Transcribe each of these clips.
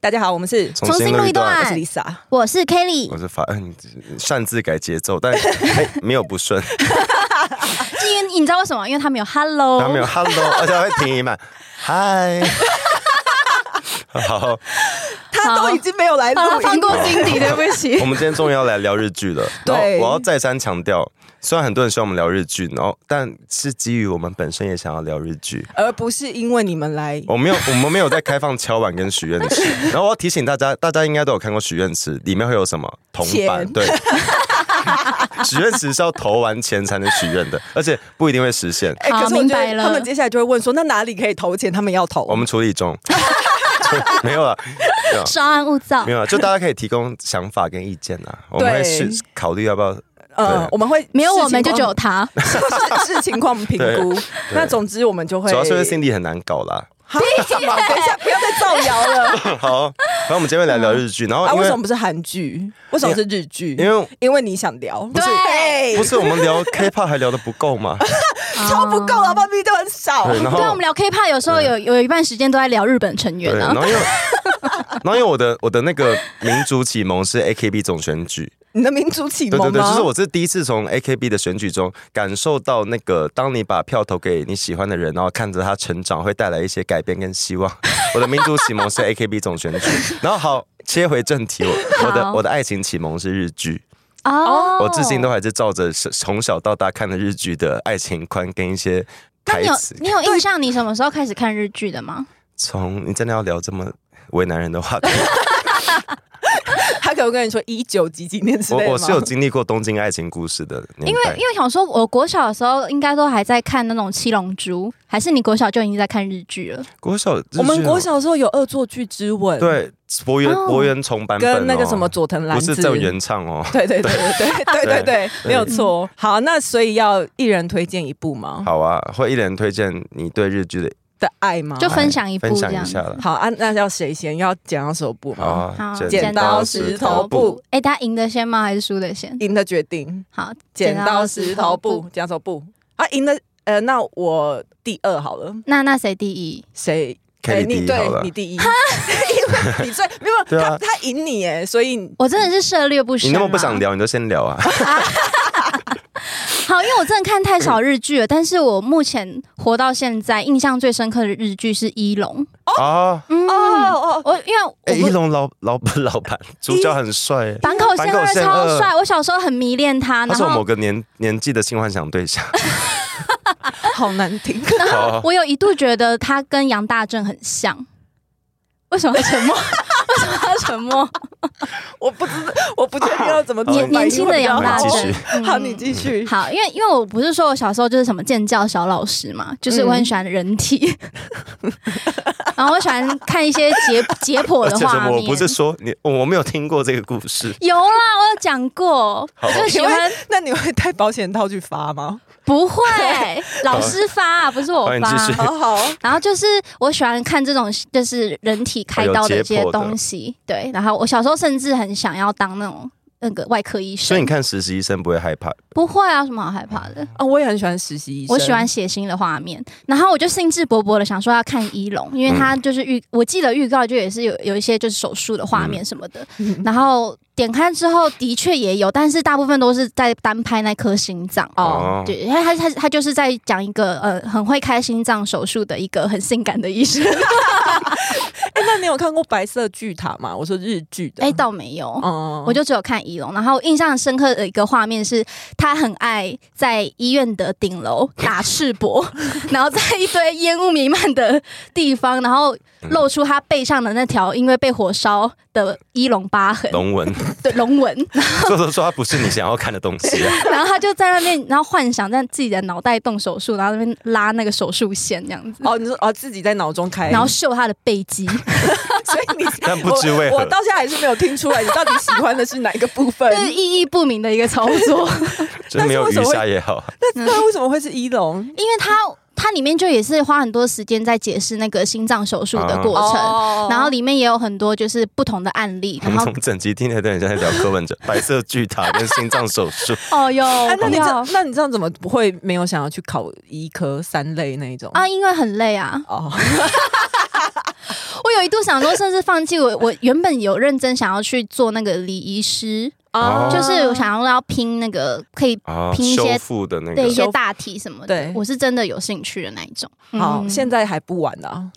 大家好，我们是重新录一我段是 Lisa，我是 Kelly，我是法，嗯擅自改节奏，但 哎没有不顺，哦因为你知道为什么？因为他没有 Hello，然后没有 hello，而且还会停一半，嗨， 好，他都已经没有来录好了，音放过了，辛迪，对不 起我。们今天终于要来聊日剧了。然后对我要再三强调，虽然很多人希望我们聊日剧，然后但是基于我们本身也想要聊日剧，而不是因为你们来。我没有，我们没有在开放敲碗跟许愿 池。然后我要提醒大家，大家应该都有看过许愿池，里面会有什么铜板？钱对， 许愿池是要投完钱才能许愿的，而且不一定会实现。哎、好可是我觉明白得了他们接下来就会问说，那哪里可以投钱？他们要投。我们处 理中，就没有了，没有啊稍安勿躁没，有了，就大家可以提供想法跟意见啊，我们啊对会是考虑要不要。呃对，我们会没有我们就只有有他。视情况评估。那总之我们就会主要是因为 Cindy 很难搞啦。哈干 嘛等一下不要再造谣 了好，然后我们今天会来聊日剧，然后啊！因为为什么不是韩剧？为什么是日剧？因为因为你想聊，是对不是我们聊 K-pop 还聊得不 够吗？超不够哦啊，爸比都很少。对，然后对，啊我们聊 K-pop 有时候有有一半时间都在聊日本成员对，啊然。后因为然后因为我的我的那个民族启蒙是 AKB 总选举，你的民族启对蒙吗？对对，就是我是第一次从 AKB 的选举中感受到那个，当你把票投给你喜欢的人，然后看着他成长，会带来一些改变跟希望。我的民族启蒙是 AKB 总选举，然后好切回正题，我我的好我的爱情启蒙是日剧，哦我至今都还是照着是从小到大看的日剧的爱情观跟一些那台你有词。你有印象你什么时候开始看日剧的吗？从你真的要聊这么为难人的话题，啊他可能跟你说一九几几年之类的我吗我是有经历过东京爱情故事的年因为代因。为想说，我国小的时候应该都还在看那种《七龙珠》，还是你国小就已经在看日剧了？国小日剧我们哦国小的时候有《恶作剧之吻》，，对博元哦博元重版本哦跟那个什么佐藤蓝不子，是在原唱哦。对对对对对对对对，对没有错。好，那所以要一人推荐一部哦吗？好啊，会一人推荐你对日剧的哎的爱吗？就分享一部分这享样一。下了。好啊，那要谁先？要讲到首部好吗？啊，好剪刀石头布，哎，大家赢的先吗？还是输的先？赢的决定，好，剪刀石头布，。剪刀石头布啊，赢的呃，那我第二好了，那那谁第一？谁？ Kelly 你第一好对了你第一，因为你最没有对他啊他赢你哎，所以我真的是涉猎不深。啊你那么不想？聊，你就先聊啊。好，因为我真的看太少日剧了，但是我目前活到现在，印象最深刻的日剧是《一龙》。 哦，嗯，哦哦我因为我哎，不一龙老老板老板主角很帅耶，坂口宪二坂口宪超二帅，我小时候很迷恋他，他然是我某后个年年纪的性幻想对象。好难听。好，啊我有一度觉得他跟杨大正很像。为什么要沉默？ 为什么要沉默？我不知道，我不确定要怎么 做年反应年轻的杨大好正你继续。嗯好，你继续。好，因为因为我不是说我小时候就是什么建教小老师嘛，就是我很喜欢人体， 然后我喜欢看一些解解 剖而的且什画么？啊我面。不是说你，我我没有听过这个故 事。有啦，我有讲过，我就喜欢那你会带保险套去发 吗？不会老师发、啊不是我好你继续发。好好，然后就是我喜欢看这种就是人体开刀的一些东西，对。然后我小时候甚至很想要当那种那个外科医所以生你，看实习医生不会害怕，不会啊，有什么好害怕的？啊，我也很喜欢实习医生，我喜欢血腥的画面，然后我就兴致勃勃的想说要看一龙，因为他就是嗯预，我记得预告就也是有有一些就是手术的画面什么的，然后点开之后的确也有，但是大部分都是在单拍那颗心脏。哦。哦，对，因为他他他就是在讲一个呃很会开心脏手术的一个很性感的医生，哎，那你有看过《白色巨塔》吗？我说日剧的。哎、倒没有，哦我就只有看一龙，然后印象深刻的一个画面是，他很爱在医院的顶楼打赤膊， 然后在一堆烟雾弥漫的地方，嗯然后露出他背上的那条因为被火烧的一龙疤痕。 龙纹对龙纹，所以说说它不是你想要看的东西、 啊。然后他就在那边，然后幻想在自己的脑袋动手术，然后那边拉那个手术线这样子，哦，你说哦，自己在脑中开，然后秀他的背 肌。所以 你，但不知为何我，我到现在还是没有听出来你到底喜欢的是哪一个部 分。这是意义不明的一个操 作，就是没有鱼虾也好，那那为什么会是一龙？因为他它里面就也是花很多时间在解释那个心脏手术的过程，哦然后里面也有很多就是不同的案例， 我然们后从整集听起来都很像在聊柯文哲、白色巨塔跟心脏手术。哦哟，哎，那不你这要样那你这样怎么不会没有想要去考医科三类那一种？啊，因为很累啊，哦，我有一度想说，甚至放弃我。我原本有认真想要去做那个礼仪师，哦就是我想要要拼那个可以啊，拼一修些复的那对一个些大题什么的对，我是真的有兴趣的那一种。嗯好，现在在还不晚啊！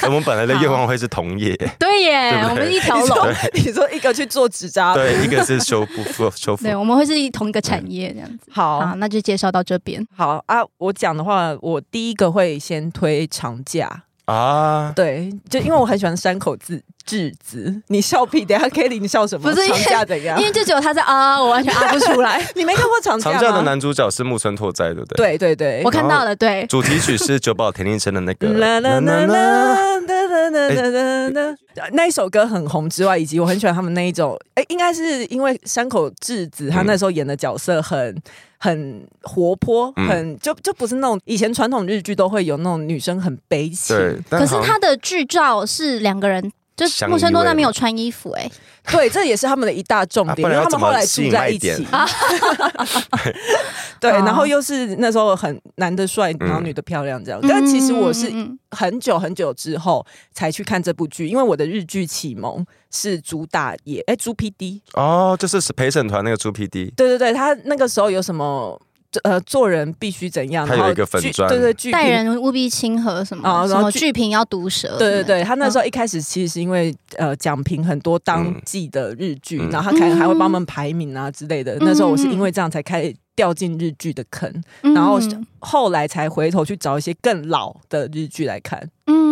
哎我们本来的愿望会是同业，对耶，对不对我们一条你龙 说，你说一个去做纸扎，对，一个是修复 复修复对，，我们会是一同一个产业这样子。好，好那就介绍到这边。好啊！我讲的话，我第一个会先推长假，啊，对，就因为我很喜欢山口字智子。你笑屁，等一下 Kelly 你笑什么？不是因为长假怎样 因？为就只有他在啊，我完全啊不 出来。你没看过长假长吗？假的男主角是木村拓哉，对不对？对。对对对我，看到了，对，主题曲是久保田令生的那个啦啦啦啦啦哎啦啦啦啦啦！那一首歌很红之外，以及我很喜欢他们那一种，哎，应该是因为山口智子她那时候演的角色很。很活泼，嗯很就就不是那种以前传统日剧都会有那种女生很悲情，对，但可是好像他的剧照是两个人。就是相依木村多为奈没有命穿衣服哎、欸对，这也是他们的一大重点，啊不然因为要他怎们么后来住在一吸引起。 对，啊然后又是那时候很男的帅，嗯然后女的漂亮这样。但其实我是嗯嗯嗯很久很久之后才去看这部剧，因为我的日剧启蒙是朱大爷，哎，朱 PD，哦，就是陪审团那个猪 PD，对对对，他那个时候有什么呃做人必须怎样，他有然后一个粉剧专对对剧待评人务必亲和什么、啊然后什么剧剧评要毒舌，对对对，他那时候、候一开始其实是因为呃讲评很多当季的日剧，嗯然后他可能还会帮我们排名啊之类的。那时候我是因为这样才开始掉进日剧的坑，嗯然后后来才回头去找一些更老的日剧来看。嗯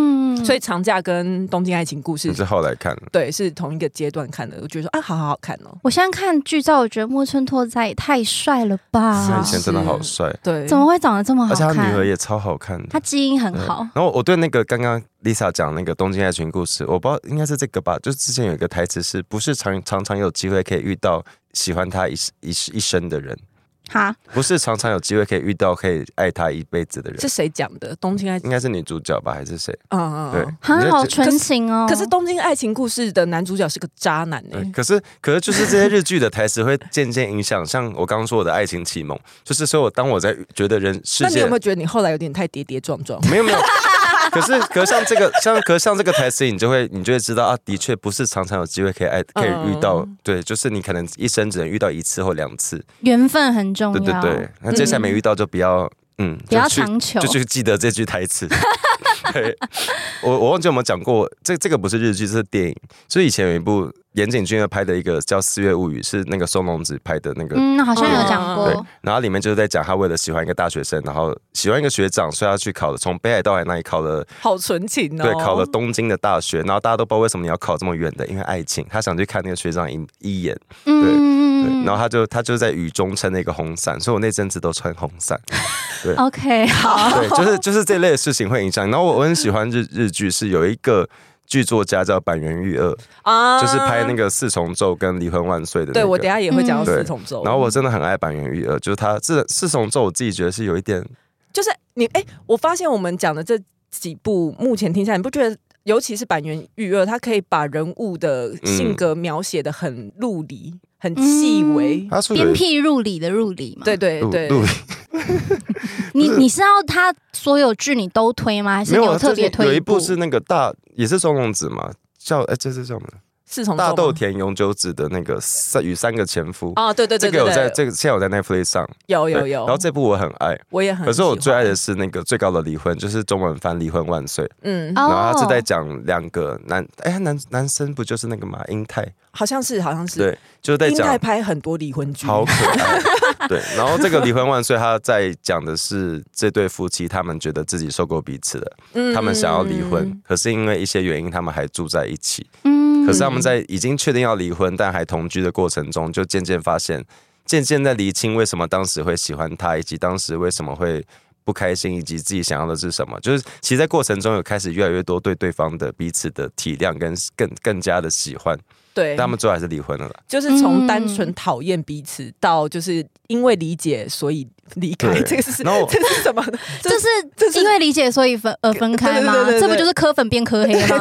所以长假跟《东京爱情故事你》是后来看的对是同一个阶段看的，我觉得说啊，好好好看哦。我现在看剧照，我觉得木村拓哉也太帅了他吧啊以！前真的好帅，对，怎么会长得这么啊哦好而且他看？女儿也嗯超好看的。他基因很对好，然后我对那个刚刚 Lisa 讲那个东京爱情故事，我不知道应该是这个吧，就是之前有一个台词是不是常常常有机会可以遇到喜欢他一世一世一生的人，哈，不是常常有机会可以遇到可以爱他一辈子的人是，谁讲的？《东京爱情应》该是女主角吧，还是谁？嗯嗯嗯对嗯。，哈你，就好觉纯情哦。可是《东京爱情故事》的男主角是个渣男欸呢、对可是，可是，就是这些日剧的台词会渐渐影响，像我刚刚说我的爱情启蒙，就是说我当我在觉得人世那你界有没有觉得你后来有点太跌跌撞撞？没有没有。可是，可是像这个，像可是像这个台词，你就会，你就会知道啊，的确不是常常有机会可以爱，可以遇到，对，就是你可能一生只能遇到一次或两次，缘分很重对对要，对。那接下来没遇到就不要，嗯，哦不要就去强求就。去记得这句台词。 对，我我忘记有没有讲过，这这个不是日剧，这是电影。所以以前有一部岩井俊二拍的一个叫《四月物语》，是那个松隆子拍的那个嗯，好像有讲对过，，然后然后里面就是在讲他为了喜欢一个大学生，然后喜欢一个学长，所以他去考了从北海道海那里考了，好纯情哦！对，考了东京的大学。然后大家都不知道为什么你要考这么远的，因为爱情，他想去看那个学长一一眼。对，嗯，然后他就他就在雨中撑了一个红伞，所以我那阵子都穿红伞。 OK，好，对，哦就是就是这类的事情会影响。然后我我很喜欢日日剧，是有一个。剧作家叫板垣裕二，啊就是拍那个《四重奏》跟《离婚万岁》的、那个。对我等一下也会讲到嗯四重奏。然后我真的很爱板垣裕二，就是他四四重奏，我自己觉得是有一点就是你哎、我发现我们讲的这几部，目前听下来，你不觉得？尤其是板垣育二，他可以把人物的嗯性格描写的很入理、很细微。他是有鞭一辟入里的入里嘛。对，对录对，录你你是要他所有剧你都推吗？还嗯是没你有啊特最别近有推一部部？是那个大也是松隆子嘛，叫哎、这是叫什么？四重奏吗大豆田永久子的那个三与三个前夫。啊，对对这对个对有对，在这个现在有在 Netflix 上，有有对有。然后这部我很爱，我也很，可是我最爱的，是那个最高的离婚，就是中文翻《离婚万岁》。嗯，然哦后他是在讲两个男，哎，男男生不就是那个嘛，英泰，好像是好像是，对，就是在应该讲拍很多离婚剧，好可爱。对，然后这个离婚万岁，他在讲的是这对夫妻，他们觉得自己受够彼此了，嗯他们想要离婚，可是因为一些原因，他们还住在一起。嗯可哦是他们在已经确定要离婚但还同居的过程中，就渐渐发现，渐渐在厘清为什么当时会喜欢他，以及当时为什么会不开心，以及自己想要的是什么。就是其实，在过程中有开始越来越多对对方的彼此的体谅跟更更加的喜欢，对但，他们最后还是离婚了啦。就是从单嗯纯讨厌彼此到就是因为理解所以离开，对这个是然后这是什么呢？这这这是是因为理解所以分而呃分开对对吗对对？对这不就是磕粉变磕黑吗？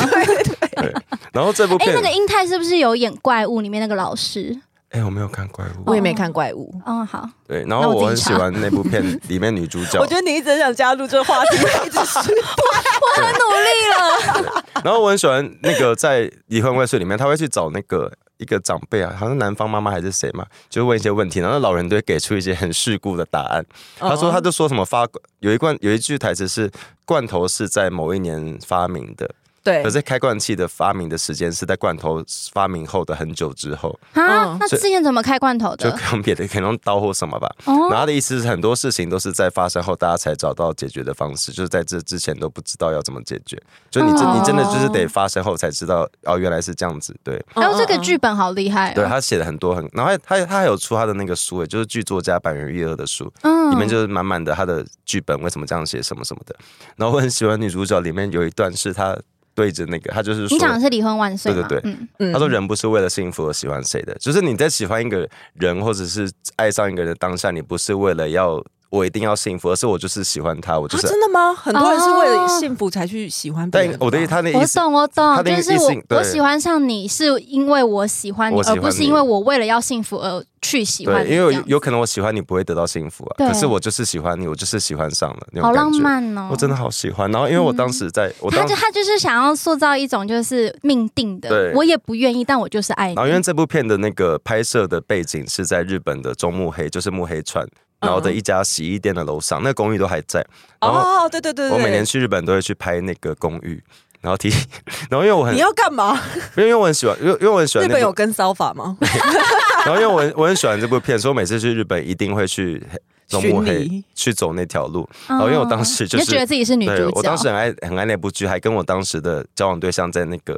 哎然后这部哎，片那，个英泰是不是有演怪物里面那个老师？哎、我没有看怪物我，也没看怪物。嗯，好，对，然后那我我很自己喜查欢那部片里面女主 角，我觉得你一直很想加入这个话题，一直是 我很努力了。然后我很喜欢那个在离婚未遂里面，他会去找那个一个长辈啊，好像男方妈妈还是谁嘛，就问一些问题，然后那老人都会给出一些很世故的答案。他说，他就说什么发有一罐有一句台词是罐头是在某一年发明的，对可，是开罐器的发明的时间是在罐头发明后的很久之后， 啊嗯，那之前怎么开罐头哦就的？用别的可能用刀或什么吧。然后哦，他的意思是，很多事情都是在发生后，大家才找到解决的方式，就是在这之前都不知道要怎么解决。就你真哦你真的就是得发生后才知道，哦，原来是这样子。对，然哎后这个嗯嗯嗯剧本好厉害哦，对啊他写了很多很，然后他他他还有出他的那个书，欸就是剧作家板垣瑞二的书，嗯里面就是满满的他的剧本，为什么这样写，什么什么的。然后我很喜欢女主角，里面有一段是她对着那个，她就是你说，讲的是离婚万岁嘛？对对嗯，嗯她说人不是为了幸福而喜欢谁的，就是你在喜欢一个人或者是爱上一个人的当下，你不是为了要我一定要幸福，而是我就是喜欢他，我就啊，是。真的吗？很多人是为了哦幸福才去喜欢别但人吧。我的意他的意我思，懂我懂他，的意就思是我性对我喜欢上你是因为我喜欢你，我喜欢而你不是因为我为了要幸福而去喜欢对，你。因为有这样有可能我喜欢你不会得到幸福啊，对可是我就是喜欢你，我就是喜欢上了那种好感觉。浪漫哦，嗯我真的。好喜欢。然后因为我当时在，我他当就他就是想要塑造一种就是命定的对，我也不愿意，但我就是爱你然。后因为这部片的那个拍摄的背景是在日本的中目黑，就是目黑川，然后的嗯一家洗衣店的楼上，那个公寓都还在。然后哦，对对对对，我每年去日本都会去拍那个公寓。然后提， 然后因为我很，你因要干嘛？为因为我很喜欢，因为因为我很喜欢日那本有个，跟骚法 吗？然后因为我很我很喜欢这部片，所以我每次去日本一定会去中目巡黑礼去走那条路。嗯然后因为我当时就你是觉得自己是女对主我角当，时很爱很爱那部剧，还跟我当时的交往对象在那个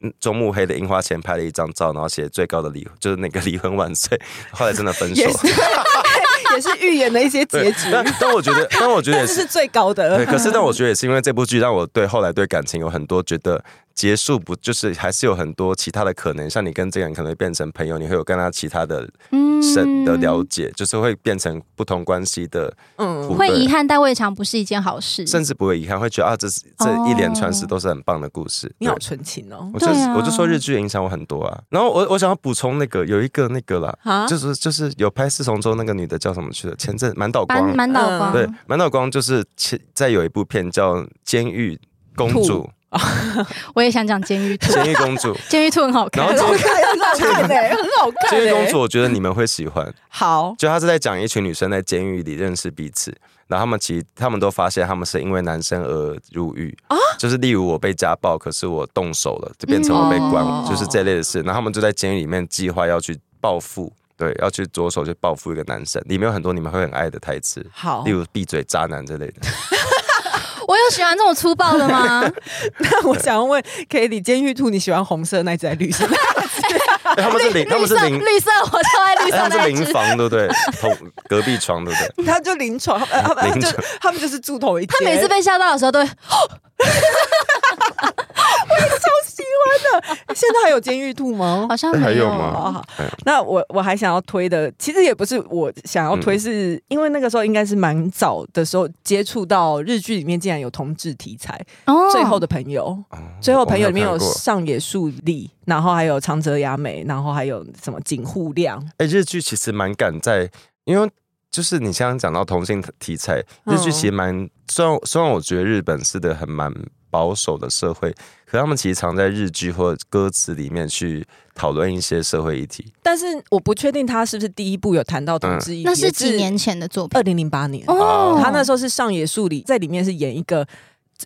嗯中目黑的樱花前拍了一张照，然后写最高的离就是那个离婚万岁，后来真的分手也。是也是预言的一些结对局，，但但我觉得，但我觉得也但是是是。最高 对，的。可是但我觉得也是因为这部剧，让我对后来对感情有很多觉得结束不就是还是有很多其他的可能，像你跟这个人可能会变成朋友，你会有跟他其他的嗯深的了解，就是会变成不同关系的，嗯不会对遗憾，但未尝不是一件好事。甚至不会遗憾，会觉得啊，这是这一连串是都是很棒的故事。你好对纯情哦。我就、对啊我就说日剧影响我很多啊。然后我我想要补充那个有一个那个啦，啊就是就是有拍《四重奏》那个女的叫什么去的？前阵满岛满光，满岛光，对，满岛光就是前在有一部片叫《监狱公主，我也想讲监狱兔》，监狱公 主，监狱兔很好欸看然。后很好 看，很好看的，很好看。欸监狱公主，，我觉得你们会喜欢。好，就她是在讲一群女生在监狱里认识彼此。然后她们其实她们都发现她们是因为男生而入狱啊，就是例如我被家暴，可是我动手了，就变成我被关，嗯哦就是这类的事。然后她们就在监狱里面计划要去报复，对，要去着手去报复一个男生。里面有很多你们会很爱的台词，好例，如闭嘴渣男之类 的。 我有喜欢这种粗暴的吗？那我想要问 k a t i e 监狱兔你喜欢红色那一只还是绿 色？哎 他们是邻，他们绿是色，邻，绿色，我超爱哎绿色他们那是一邻只。房，对不对？同隔壁床，对不对？他就临床，他们他们 临就床他们就是住同一间。他哎每次被吓到的时候都会，现在还有监狱兔 吗？好像哎还没有好吗好，那我我还想要推的，其实也不是我想要推，是因为那个时候应该是蛮早的时候接触到日剧里面竟然有同志题材，哦最后的朋友》，啊《最后朋友》里面有上野树里，然后还有长泽雅美，然后还有什么井户亮，哎、日剧其实蛮敢在，因为就是你刚刚讲到同性题材，日剧嗯其实蛮，虽然虽然我觉得日本是的很蛮保守的社会，可他们其实常在日剧或歌词里面去讨论一些社会议题。但是我不确定他是不是第一部有谈到同嗯志议题，那是几？年前的作品二零零八年，哦他那时候是上野树里在里面是演一个。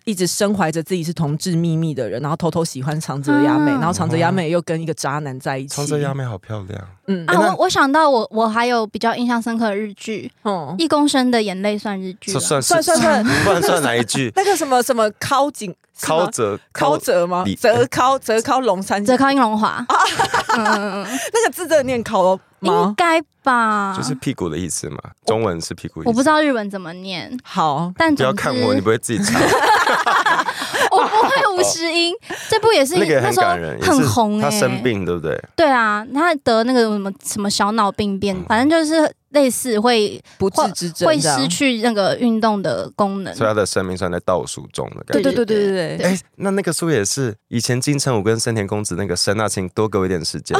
一直身怀着自己是同志秘密的人，然后偷偷喜欢长泽雅美，啊然后长泽雅美又跟一个渣男在一起。长泽雅美哎好漂亮，嗯，啊，我我想到我我还有比较印象深刻的日剧哦《一公升的眼泪》算日剧嗯这了，算是算算算，？不然算哪一句 那个什么什么靠景靠泽靠泽吗里？泽靠泽靠龙山泽靠英龙华，啊嗯嗯， 嗯那个字真的念靠应吗？该吧？就是屁股的意思嘛，中文是屁股意思。我不知道日文怎么念，好，但不要总看我，你之不会自己 查。我不会五十 音。这部也是哦那个也那很时候感人，也是很红他哎，生病对不对？对啊，他得那个什么什么小脑病变，反正就是类似会不治之症会这样失。去那个运动的功能。所以他的生命算在倒数中的感对觉。对对对对对，哎、那那个书也是以前金城武跟森田公子那个神啊，请多给我一点时间。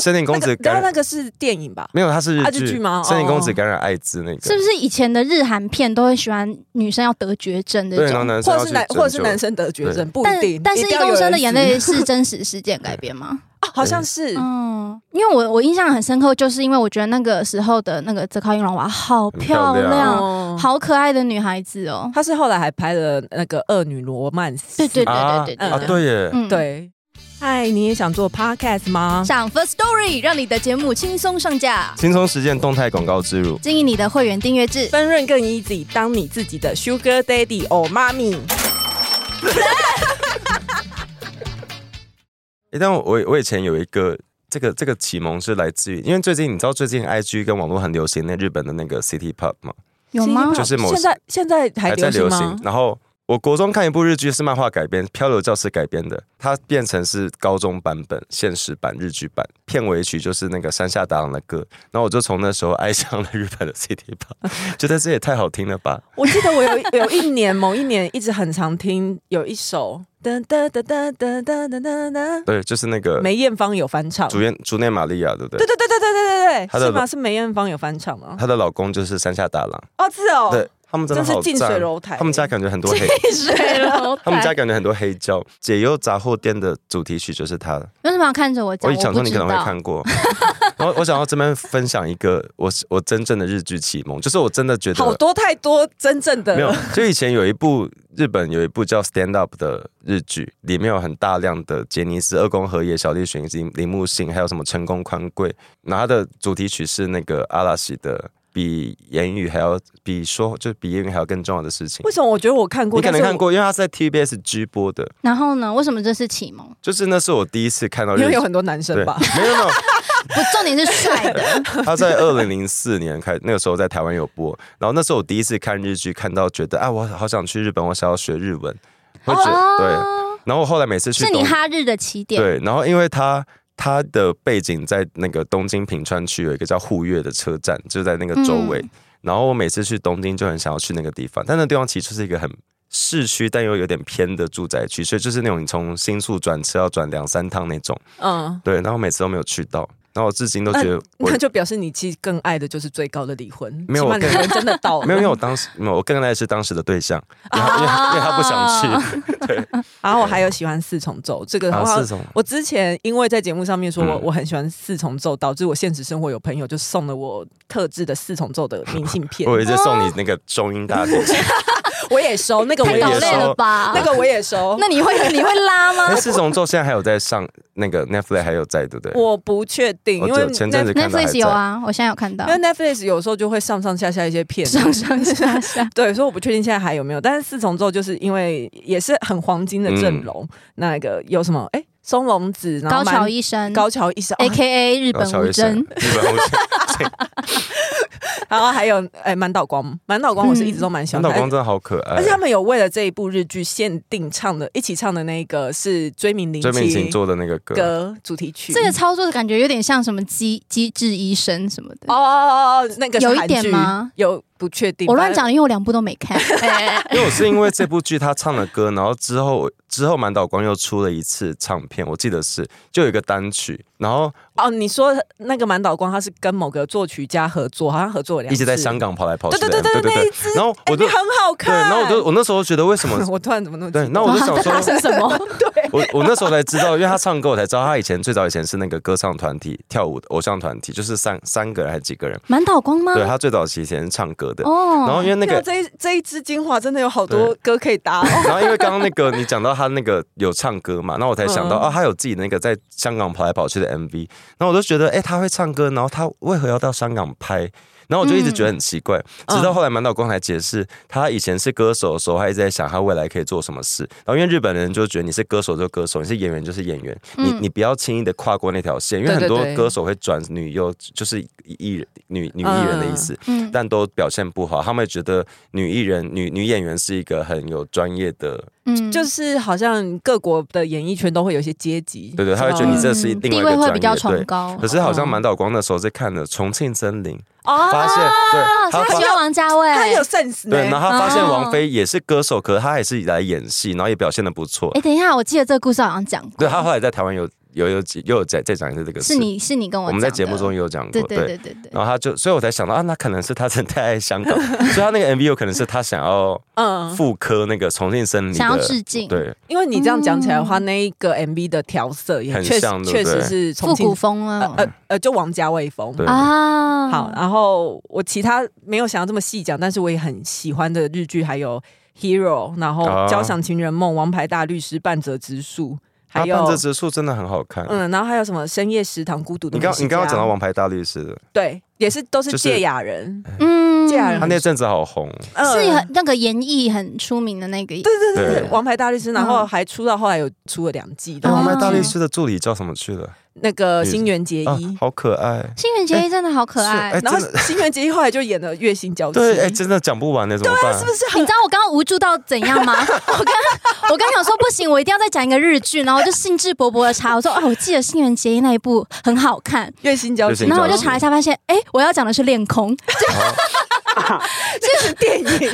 森田公哦那子个然后那感染个是电影吧？没有，他是啊日日剧吗森田公哦子感染艾滋那个是不是以前的日韩片都会喜欢女生要得绝症这对，然后种？男生或者要去是男，拯或者是救男生得绝症，不一但定。但是一定要有公人升的眼死泪是真实事件改编吗？啊好像 是嗯，因为我我印象很深刻，就是因为我觉得那个时候的那个泽靠英龙娃好漂很漂亮，亮哦，好可爱的女孩子哦。他是后来还拍了那个《恶女罗曼史》。对对啊对对对啊，对对耶，嗯，对，嗨，你也想做 podcast 吗？上 First Story 让你的节目轻松上架，轻松实践动态广告植入。经营你的会员订阅制。分润更 easy，当你自己的 sugar daddy or mommy。诶但我我我以前有一个这个这个启蒙是来自于，因为最近你知道最近 IG 跟网络很流行那日本的那个 City Pop 嘛，有吗？就是某现在现在还还在流行流吗行？。然后我国中看一部日剧是漫画改编，《漂流教室》改编的，它变成是高中版本、现实版、日剧版，片尾曲就是那个山下达郎的歌。然后我就从那时候爱上了日本的 City Pop，觉得这也太好听了吧！我记得我有有一年某一年一直很常听有一首 噔噔噔噔噔噔噔噔噔，对，就是那个梅艳芳有翻唱。主对演竹内玛利亚，对不对对？对对对对对她对，是的吗？是梅艳芳有翻唱 吗？她的老公就是山下达郎，哦，是哦，对他们真的真是好近水赞。楼台他们家感觉很多 黑，水了他们家感觉很多黑胶。解忧杂货店的主题曲就是他的。为什么要看着我讲？我一想说不你知可道能会看过， 然后我想要这边分享一个我是我真正的日剧启蒙，就是我真的觉好得多太多真正的没有，就以前有一部日本有一部叫《Stand Up》的日剧，里面有很大量的杰尼斯、二宫和也、小栗旬、铃铃木杏，还有什么成宫宽贵，然后它的主题曲是那个阿拉西的。比言语还要比说，就是比言语还要更重要的事情为。什么我觉得我看过？你可但能是我看过，因为它是在 TBS 直播的，然后呢？为什么这是启蒙？就是那是我第一次看到日因为剧有。很多男生对，吧。没有没有，不，重点是帅的。他在二零零四年开，那个时候在台湾有播，然后那时候我第一次看日剧，看到觉得啊，我好想去日本，我想要学日文， 会觉得、对。哦，然后我后来每次去是你东哈日的起点。对，然后因为他他的背景在那个东京品川区有一个叫户越的车站，就在那个周围。嗯然后我每次去东京就很想要去那个地方，但那地方其实就是一个很市区但又有点偏的住宅区，所以就是那种你从新宿转车要转两三趟那种。嗯，对，然后每次都没有去到，然后我至今呃都觉得我那就表示你其实更爱的就是最高的离婚，没有起码我看离婚真的到了， 没有，因为我当时没有，我更爱的是当时的对 象，因为他因为他因为他不啊想去。然后我还有喜欢四重奏这个的然话后。是什么？我之前因为在节目上面说我、啊嗯我很喜欢四重奏，导致我现实生活有朋友就送了我特制的四重奏的明信片， 我一直送你那个中英大典。 我也收那个我太也搞搞累累收，了了吧？那个我也收。 那你会你会拉吗 哎，？四重奏现在还有在上那个 Netflix 还有在对不对？我不确定，因我为就前阵 Net- 子看到还 Netflix 有在。哦啊，我现在有看到因为 Netflix 有时候就会上上下下一些片， 上上下 下。对，所以我不确定现在还有没有。但是四重奏就是因为也是很黄金的阵容，那个有什么？哎、松隆子，然后嗯高桥蛮医生高桥医生， ，A K A 日然后本乔无医生 真，日本无针， 然后还有哎满岛光，满岛光嗯我是一直都蛮喜陈欢导的。光真的好可爱而且。他们有为了这一部日剧限定唱的，一起唱的那个是《追名林追明檎星》做的那个歌，歌主题曲。这个操作感觉有点像什么机机智医生什么的哦。哦哦哦，那个是有一韩点剧吗？有不确定，我乱讲，因为我两部都没 看。哎因为我是因为这部剧他唱的歌，然后之后之后满岛光又出了一次唱片，我记得是就有一个单曲，然后哦。你说那个满岛光，他是跟某个作曲家合作，好像合作了两一次，直在香港跑来跑去的，对对对对那一支然后哎，你我就很好对，看。然后我就我那时候觉得为什么 我突然怎么那么对，激那动我就哇想在说大，声什么？ 对，我我那时候才知道，因为他唱歌，我才知道他以前最早以前是那个歌唱团体、跳舞的偶像团体，就是三三个人还是几个人？ 满岛光吗？对他最早期以前是唱歌的。哦，然后因为那对啊个，这一这一支精华真的有好多歌可以搭哦， 然后因为刚刚那个你讲到他那个有唱歌嘛，那我才想到嗯啊，他有自己那个在香港跑来跑去的 MV，然后我就觉得哎、他会唱歌，然后他为何要到香港拍？然后我就一直觉得很奇怪，嗯直到后来满岛光来解释，他以前是歌手的时候，他一直在想他未来可以做什么事。然后因为日本人就觉得你是歌手就歌手，你是演员就是演员，你嗯你不要轻易的跨过那条线，因为很对对多对歌手会转女优，就是艺人女女艺人的意思。嗯，但都表现不好，他们觉得女艺人、女女演员是一个很有专业的，嗯就是好像各国的演艺圈都会有一些阶级，对对，他会觉得吗你这是嗯另地外位一个会比较专业，对。崇高可。是好像嗯满岛光那时候是看了《重庆森林》，哦，发现对啊他他喜发欢王家卫，他有 sense 呢对，，然后他发现哦王菲也是歌手，可是她也是来演戏，然后也表现的不错哎，。等一下，我记得这个故事好像讲过，对，他后来在台湾有有有几又有再再讲一次这个事，是你是你跟我我们在讲节目的中也有讲过，对对对对对，然后他就，所以我才想到啊，那可能是他真的太爱香港，所以他那个 MV 有可能是他想要嗯，复刻那个重庆森林的，想要致敬对，因为你这样讲起来的话，那一个 MV 的调色也很确实像对确不对实是复重庆古风呃啊呃呃，就王家卫风。对啊，好，然后我其他没有想要这么细讲，但是我也很喜欢的日剧还有《Hero》，然后啊《交响情人梦》《王牌大律师》《半泽直树》，还他有啊半泽直树真的很好看。嗯，然后还有什么《深夜食堂》《孤独的你美刚食你刚刚家讲到王牌大律师的，对，也是都是就是哎芥雅人，嗯，这样他那阵子好红，嗯是很那个演艺很出名的那个，对对对对，对《王牌大律师》，然后嗯还出到后来有出了两季的哦王牌麦大当律丽师的助理叫什么去了？那个新垣结啊衣，，好可爱。新垣结衣真的好可是爱。哎然后真新垣结衣后来就演了《月薪娇妻》，对，哎，真的讲不完呢，怎么办？是不是你很知道我刚刚无助到怎样吗？ 我刚我刚想说不行，我一定要再讲一个日剧，然后我就兴致勃勃的查，我说哦，我记得新垣结衣那一部很好看，月薪娇妻月薪娇妻然后我就查一下，发现哎、我要讲的是恋空，根是 电影。本就是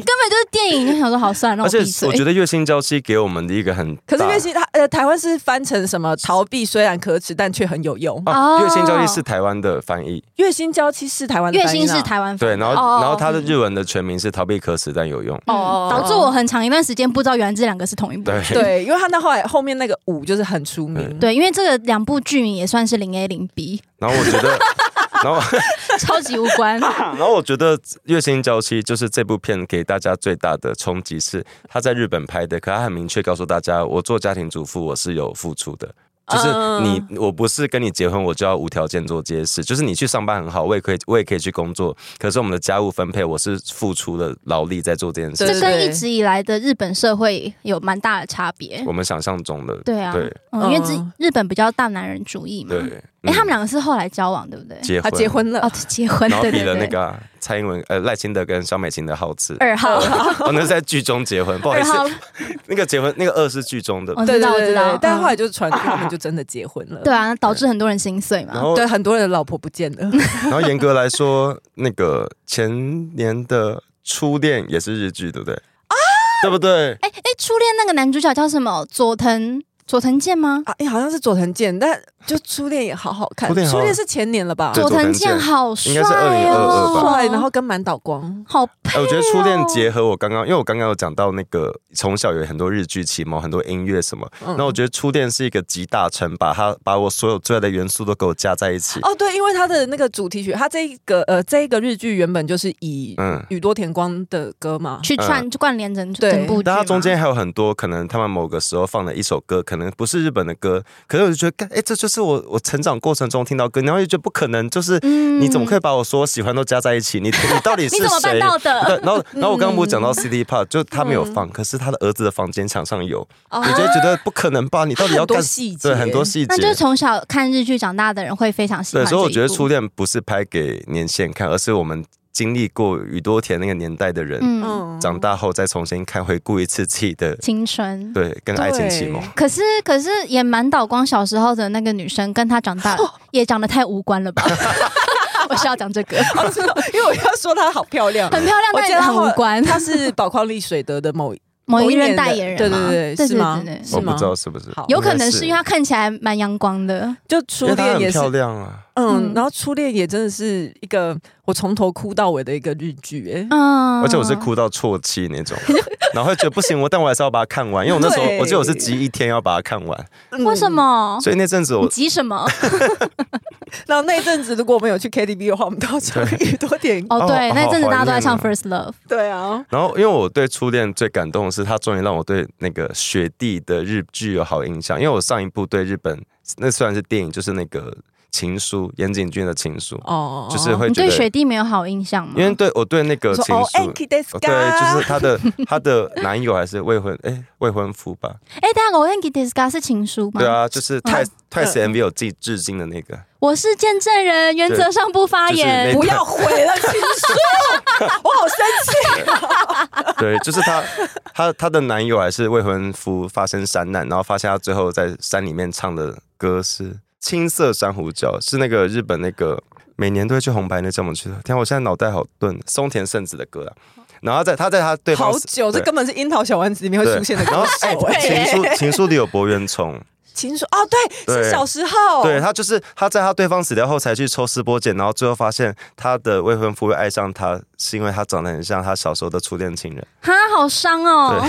电影。 就想说好算了，而让且我闭我觉嘴。得《月薪娇妻》给我们的一个很可大，是月薪他呃，台湾是翻成什么？逃避虽然可耻，但却很有用。啊，哦《月薪娇妻》是台湾的翻译，月薪娇妻是台湾的月翻译薪啦，啊是台湾对，然后哦然后他的日文的全名是逃避可耻但有用，嗯哦导致我很长一段时间不知道原来这两个是同一部。对对，因为他那后来后面那个五就是很出名，对，因为这个两部剧名也算是零 A 零 B，然后我觉得，然后超级无 关。然后我觉得《月薪娇妻》就是这部片给大家最大的冲击是，他在日本拍的，可他很明确告诉大家，我做家庭主妇我是有付出的。就是嗯你，我不是跟你结婚，我就要无条件做这些事。就是你去上班很好，我也可以，我也可以去工作。可是我们的家务分配，我是付出了劳力在做这件对事，这跟一直以来的日本社会有蛮大的差别我。们想象中的。对啊，对嗯，因为日嗯日本比较大男人主义嘛。对，哎、嗯他们两个是后来交往，对不对？结他婚结，婚了哦，。结婚，然后对比对了那对。个啊蔡英文呃赖清德跟萧美琴的好字，二号，哦，那是在剧中结 婚，不好意二思， 号，哦那个结婚那个二是剧中的，我对对知道，我对知道对，。但后来嗯就是传出他们就真的结婚了。对啊，导致很多人心碎然嘛。后对，很多人的老婆不见了。嗯然后严格来说，那个前年的初恋也是日剧，对不对？啊，对不对？哎哎，初恋那个男主角叫什么？佐藤佐藤健吗？ 啊，哎，好像是佐藤健，但就初恋也好好看。初恋好初恋是前年了吧？啊对佐藤佐藤健好帅应该是2022哦，吧帅，然后跟满岛光。好哎，配哦。我觉得初恋结合我刚刚，因为我刚刚有讲到那个从小有很多日剧启蒙，很多音乐什么。嗯那我觉得初恋是一个集大成，把它把我所有最爱的元素都给我加在一起。哦，对，因为他的那个主题曲，他这一个呃，这一个日剧原本就是以嗯宇多田光的歌嘛，去串关联整对整部剧嘛，但它中间还有很多可能，他们某个时候放了一首歌，可能不是日本的歌，可是我就觉得，干，哎、这就是我我成长过程中听到歌，然后就觉得不可能，就是嗯你怎么可以把我所有喜欢都加在一起？你你到底是你怎么办谁？到 的对然后然后我刚刚不是讲嗯到 CD p a r 就他没有放，可是他的儿子的房间墙上有，哦你就会觉得不可能吧？你到底要很多干？细节，对，很多细那就节。是从小看日剧长大的人会非常喜对，欢。所以我觉得初，恋不是拍给年轻人看，而是我们经历过宇多田那个年代的人，嗯，嗯长大后再重新看，回顾一次自己 的青春。对跟爱情启蒙。可是，可是也满岛光小时候的那个女生，跟她长大也长得太无关了吧？ 我是要讲这个，哦，真的，因为我要说她好漂亮， 很漂亮，我但记也得她很后无关。她是宝矿力水德的某某一年任的代言人对嘛，对对，对是吗对？对是我不吗知？道是不是，好有可能是因为应她看起来蛮阳光的，就初该是因为她恋也很是漂，亮啊，嗯嗯，然后初恋也真的是一个我从头哭到尾的一个日剧，哎，嗯，而且我是哭到啜泣那种，然后会觉得不行，我但我还是要把它看完，因为我那时 候对我记得我是集一天要把它看完，嗯为什么？所以那阵子你我急什么？嗯然后那一阵子，如果我们有去 KTV 的话，我们都要唱对宇多田。哦，对，哦那阵子大家都在唱好怀 First Love，对啊，然后，因为我对初恋最感动的是，他终于让我对那个雪地的日剧有好印象。因为我上一部对日本，那虽然是电影，就是那个《情书》，岩井俊的《情书》，哦，就是会你觉对得，雪地没有好印象吗？因为对我对那个说情哦哎书， ，Anki d e s 对，就是他的他的男友还是未婚，哎，未婚夫吧？哎，等一下我跟 Discuss 是情书吗？对，啊，就是泰泰斯 MV 有致致敬的那个，我是见证人，原则上不发就是言那。不要毁了情书， 我好生气。对，就是他，他他的男友还是未婚夫发生山难，然后发现他最后在山里面唱的歌是《青色珊瑚礁》，是那个日本那个每年都会去红白那叫我们去的。天啊、我现在脑袋好钝，松田圣子的歌啊。然后他在他在他对方好久，这对根本是樱桃小丸子里面会对出现的歌然后手哎哎。情书情书里有博元崇，情书哦，对，是对小时候，对他就是他在他对方死掉后才去抽丝剥茧，然后最后发现他的未婚夫会爱上他，是因为他长得很像他小时候的初恋情人。哈，好伤哦，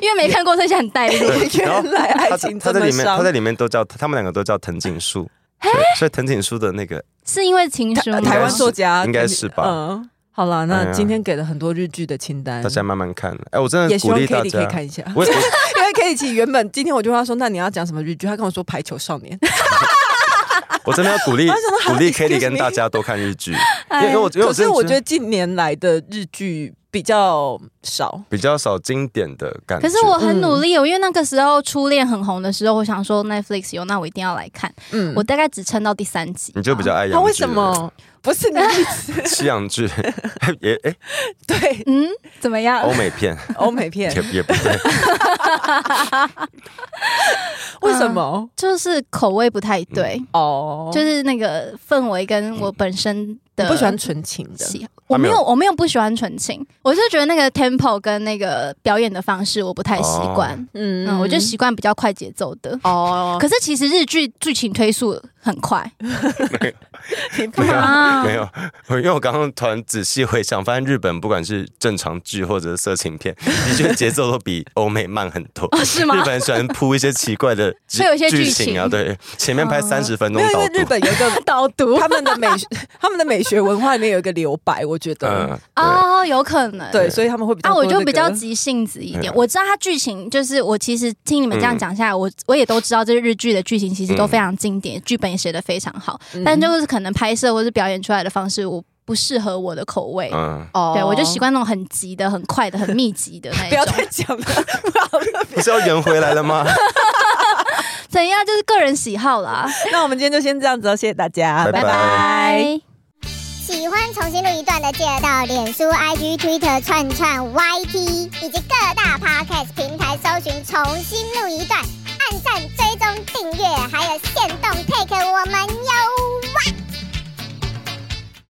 因为没看过，所以现在很带入。 原来爱他在情他这在么里面，他伤在。里面都叫他们两个都叫藤 井树，对所以藤井树的那个嗯 是因为情书吗？台湾作家应该是吧嗯，好了，那哎呀今天给了很多日剧的清单大，家慢慢看。哎，我真也的希鼓望励大 Kitty 可以家。看一下。我我因为 Kitty 其实原本今天我就跟他说，那你要讲什么日剧？他跟我说《排球少年》，我真的要鼓励 我还想说好鼓励 excuse Kitty 跟 me 大家多看日 剧，因哎为 我因为可我是真我的觉得近年来的日剧比较少。比较少经典的感觉。可是我很努力哦，嗯因为那个时候初恋很红的时候，我想说 Netflix 有，那我一定要来看。嗯，我大概只撑到第三集，你就比较爱他洋啊为剧什了，么不是你一直西洋剧也哎 对嗯，怎么样哦欧？美 片欧美片 也？也不对，为什 么？就是口味不太对，哦，就是那个氛围跟我本身你的不喜欢纯情的，喜好。他我没没有有，我没有不喜欢纯情，我就觉得那个 tempo 跟那个表演的方式我不太习惯。嗯嗯，我就习惯比较快节奏的。哦，可是其实日剧剧情推速很快，你不没 有啊没有， 我因为我刚刚突然仔细回想，发现日本不管是正常剧或者是色情 片，的确节奏都比欧美慢很多。哦是吗日？本喜欢铺一些奇怪的剧 会有一些剧剧情啊，情对，前面拍嗯三十分没钟有，因为导日读，本有一个 导读他们的美他们的美学文化里面有一个留白，我觉得嗯，对，哦，有可能。对，所以他们会比较啊，我多就这比较个急性子一点。嗯我知道它剧情，就是我其实听你们这样讲下嗯来，我我也都知道，这日剧的剧情其实都非常经典，剧本也写得非常好，嗯但就是可能拍摄或是表演出来的方式，我不适合我的口味。嗯，哦对，我就习惯那种很急的、很快的、很密集的那 不要一再种。讲 了，不好了。不是要圆回来了吗？怎样？就是个人喜好啦。那我们今天就先这样子哦，谢谢大家，拜拜拜。喜欢重新录一段的，记得到脸书、IG、Twitter、串串、YT 以及各大 Podcast 平台搜寻“重新录一段”，按赞、追踪、订阅，还有限动 take 我们哟。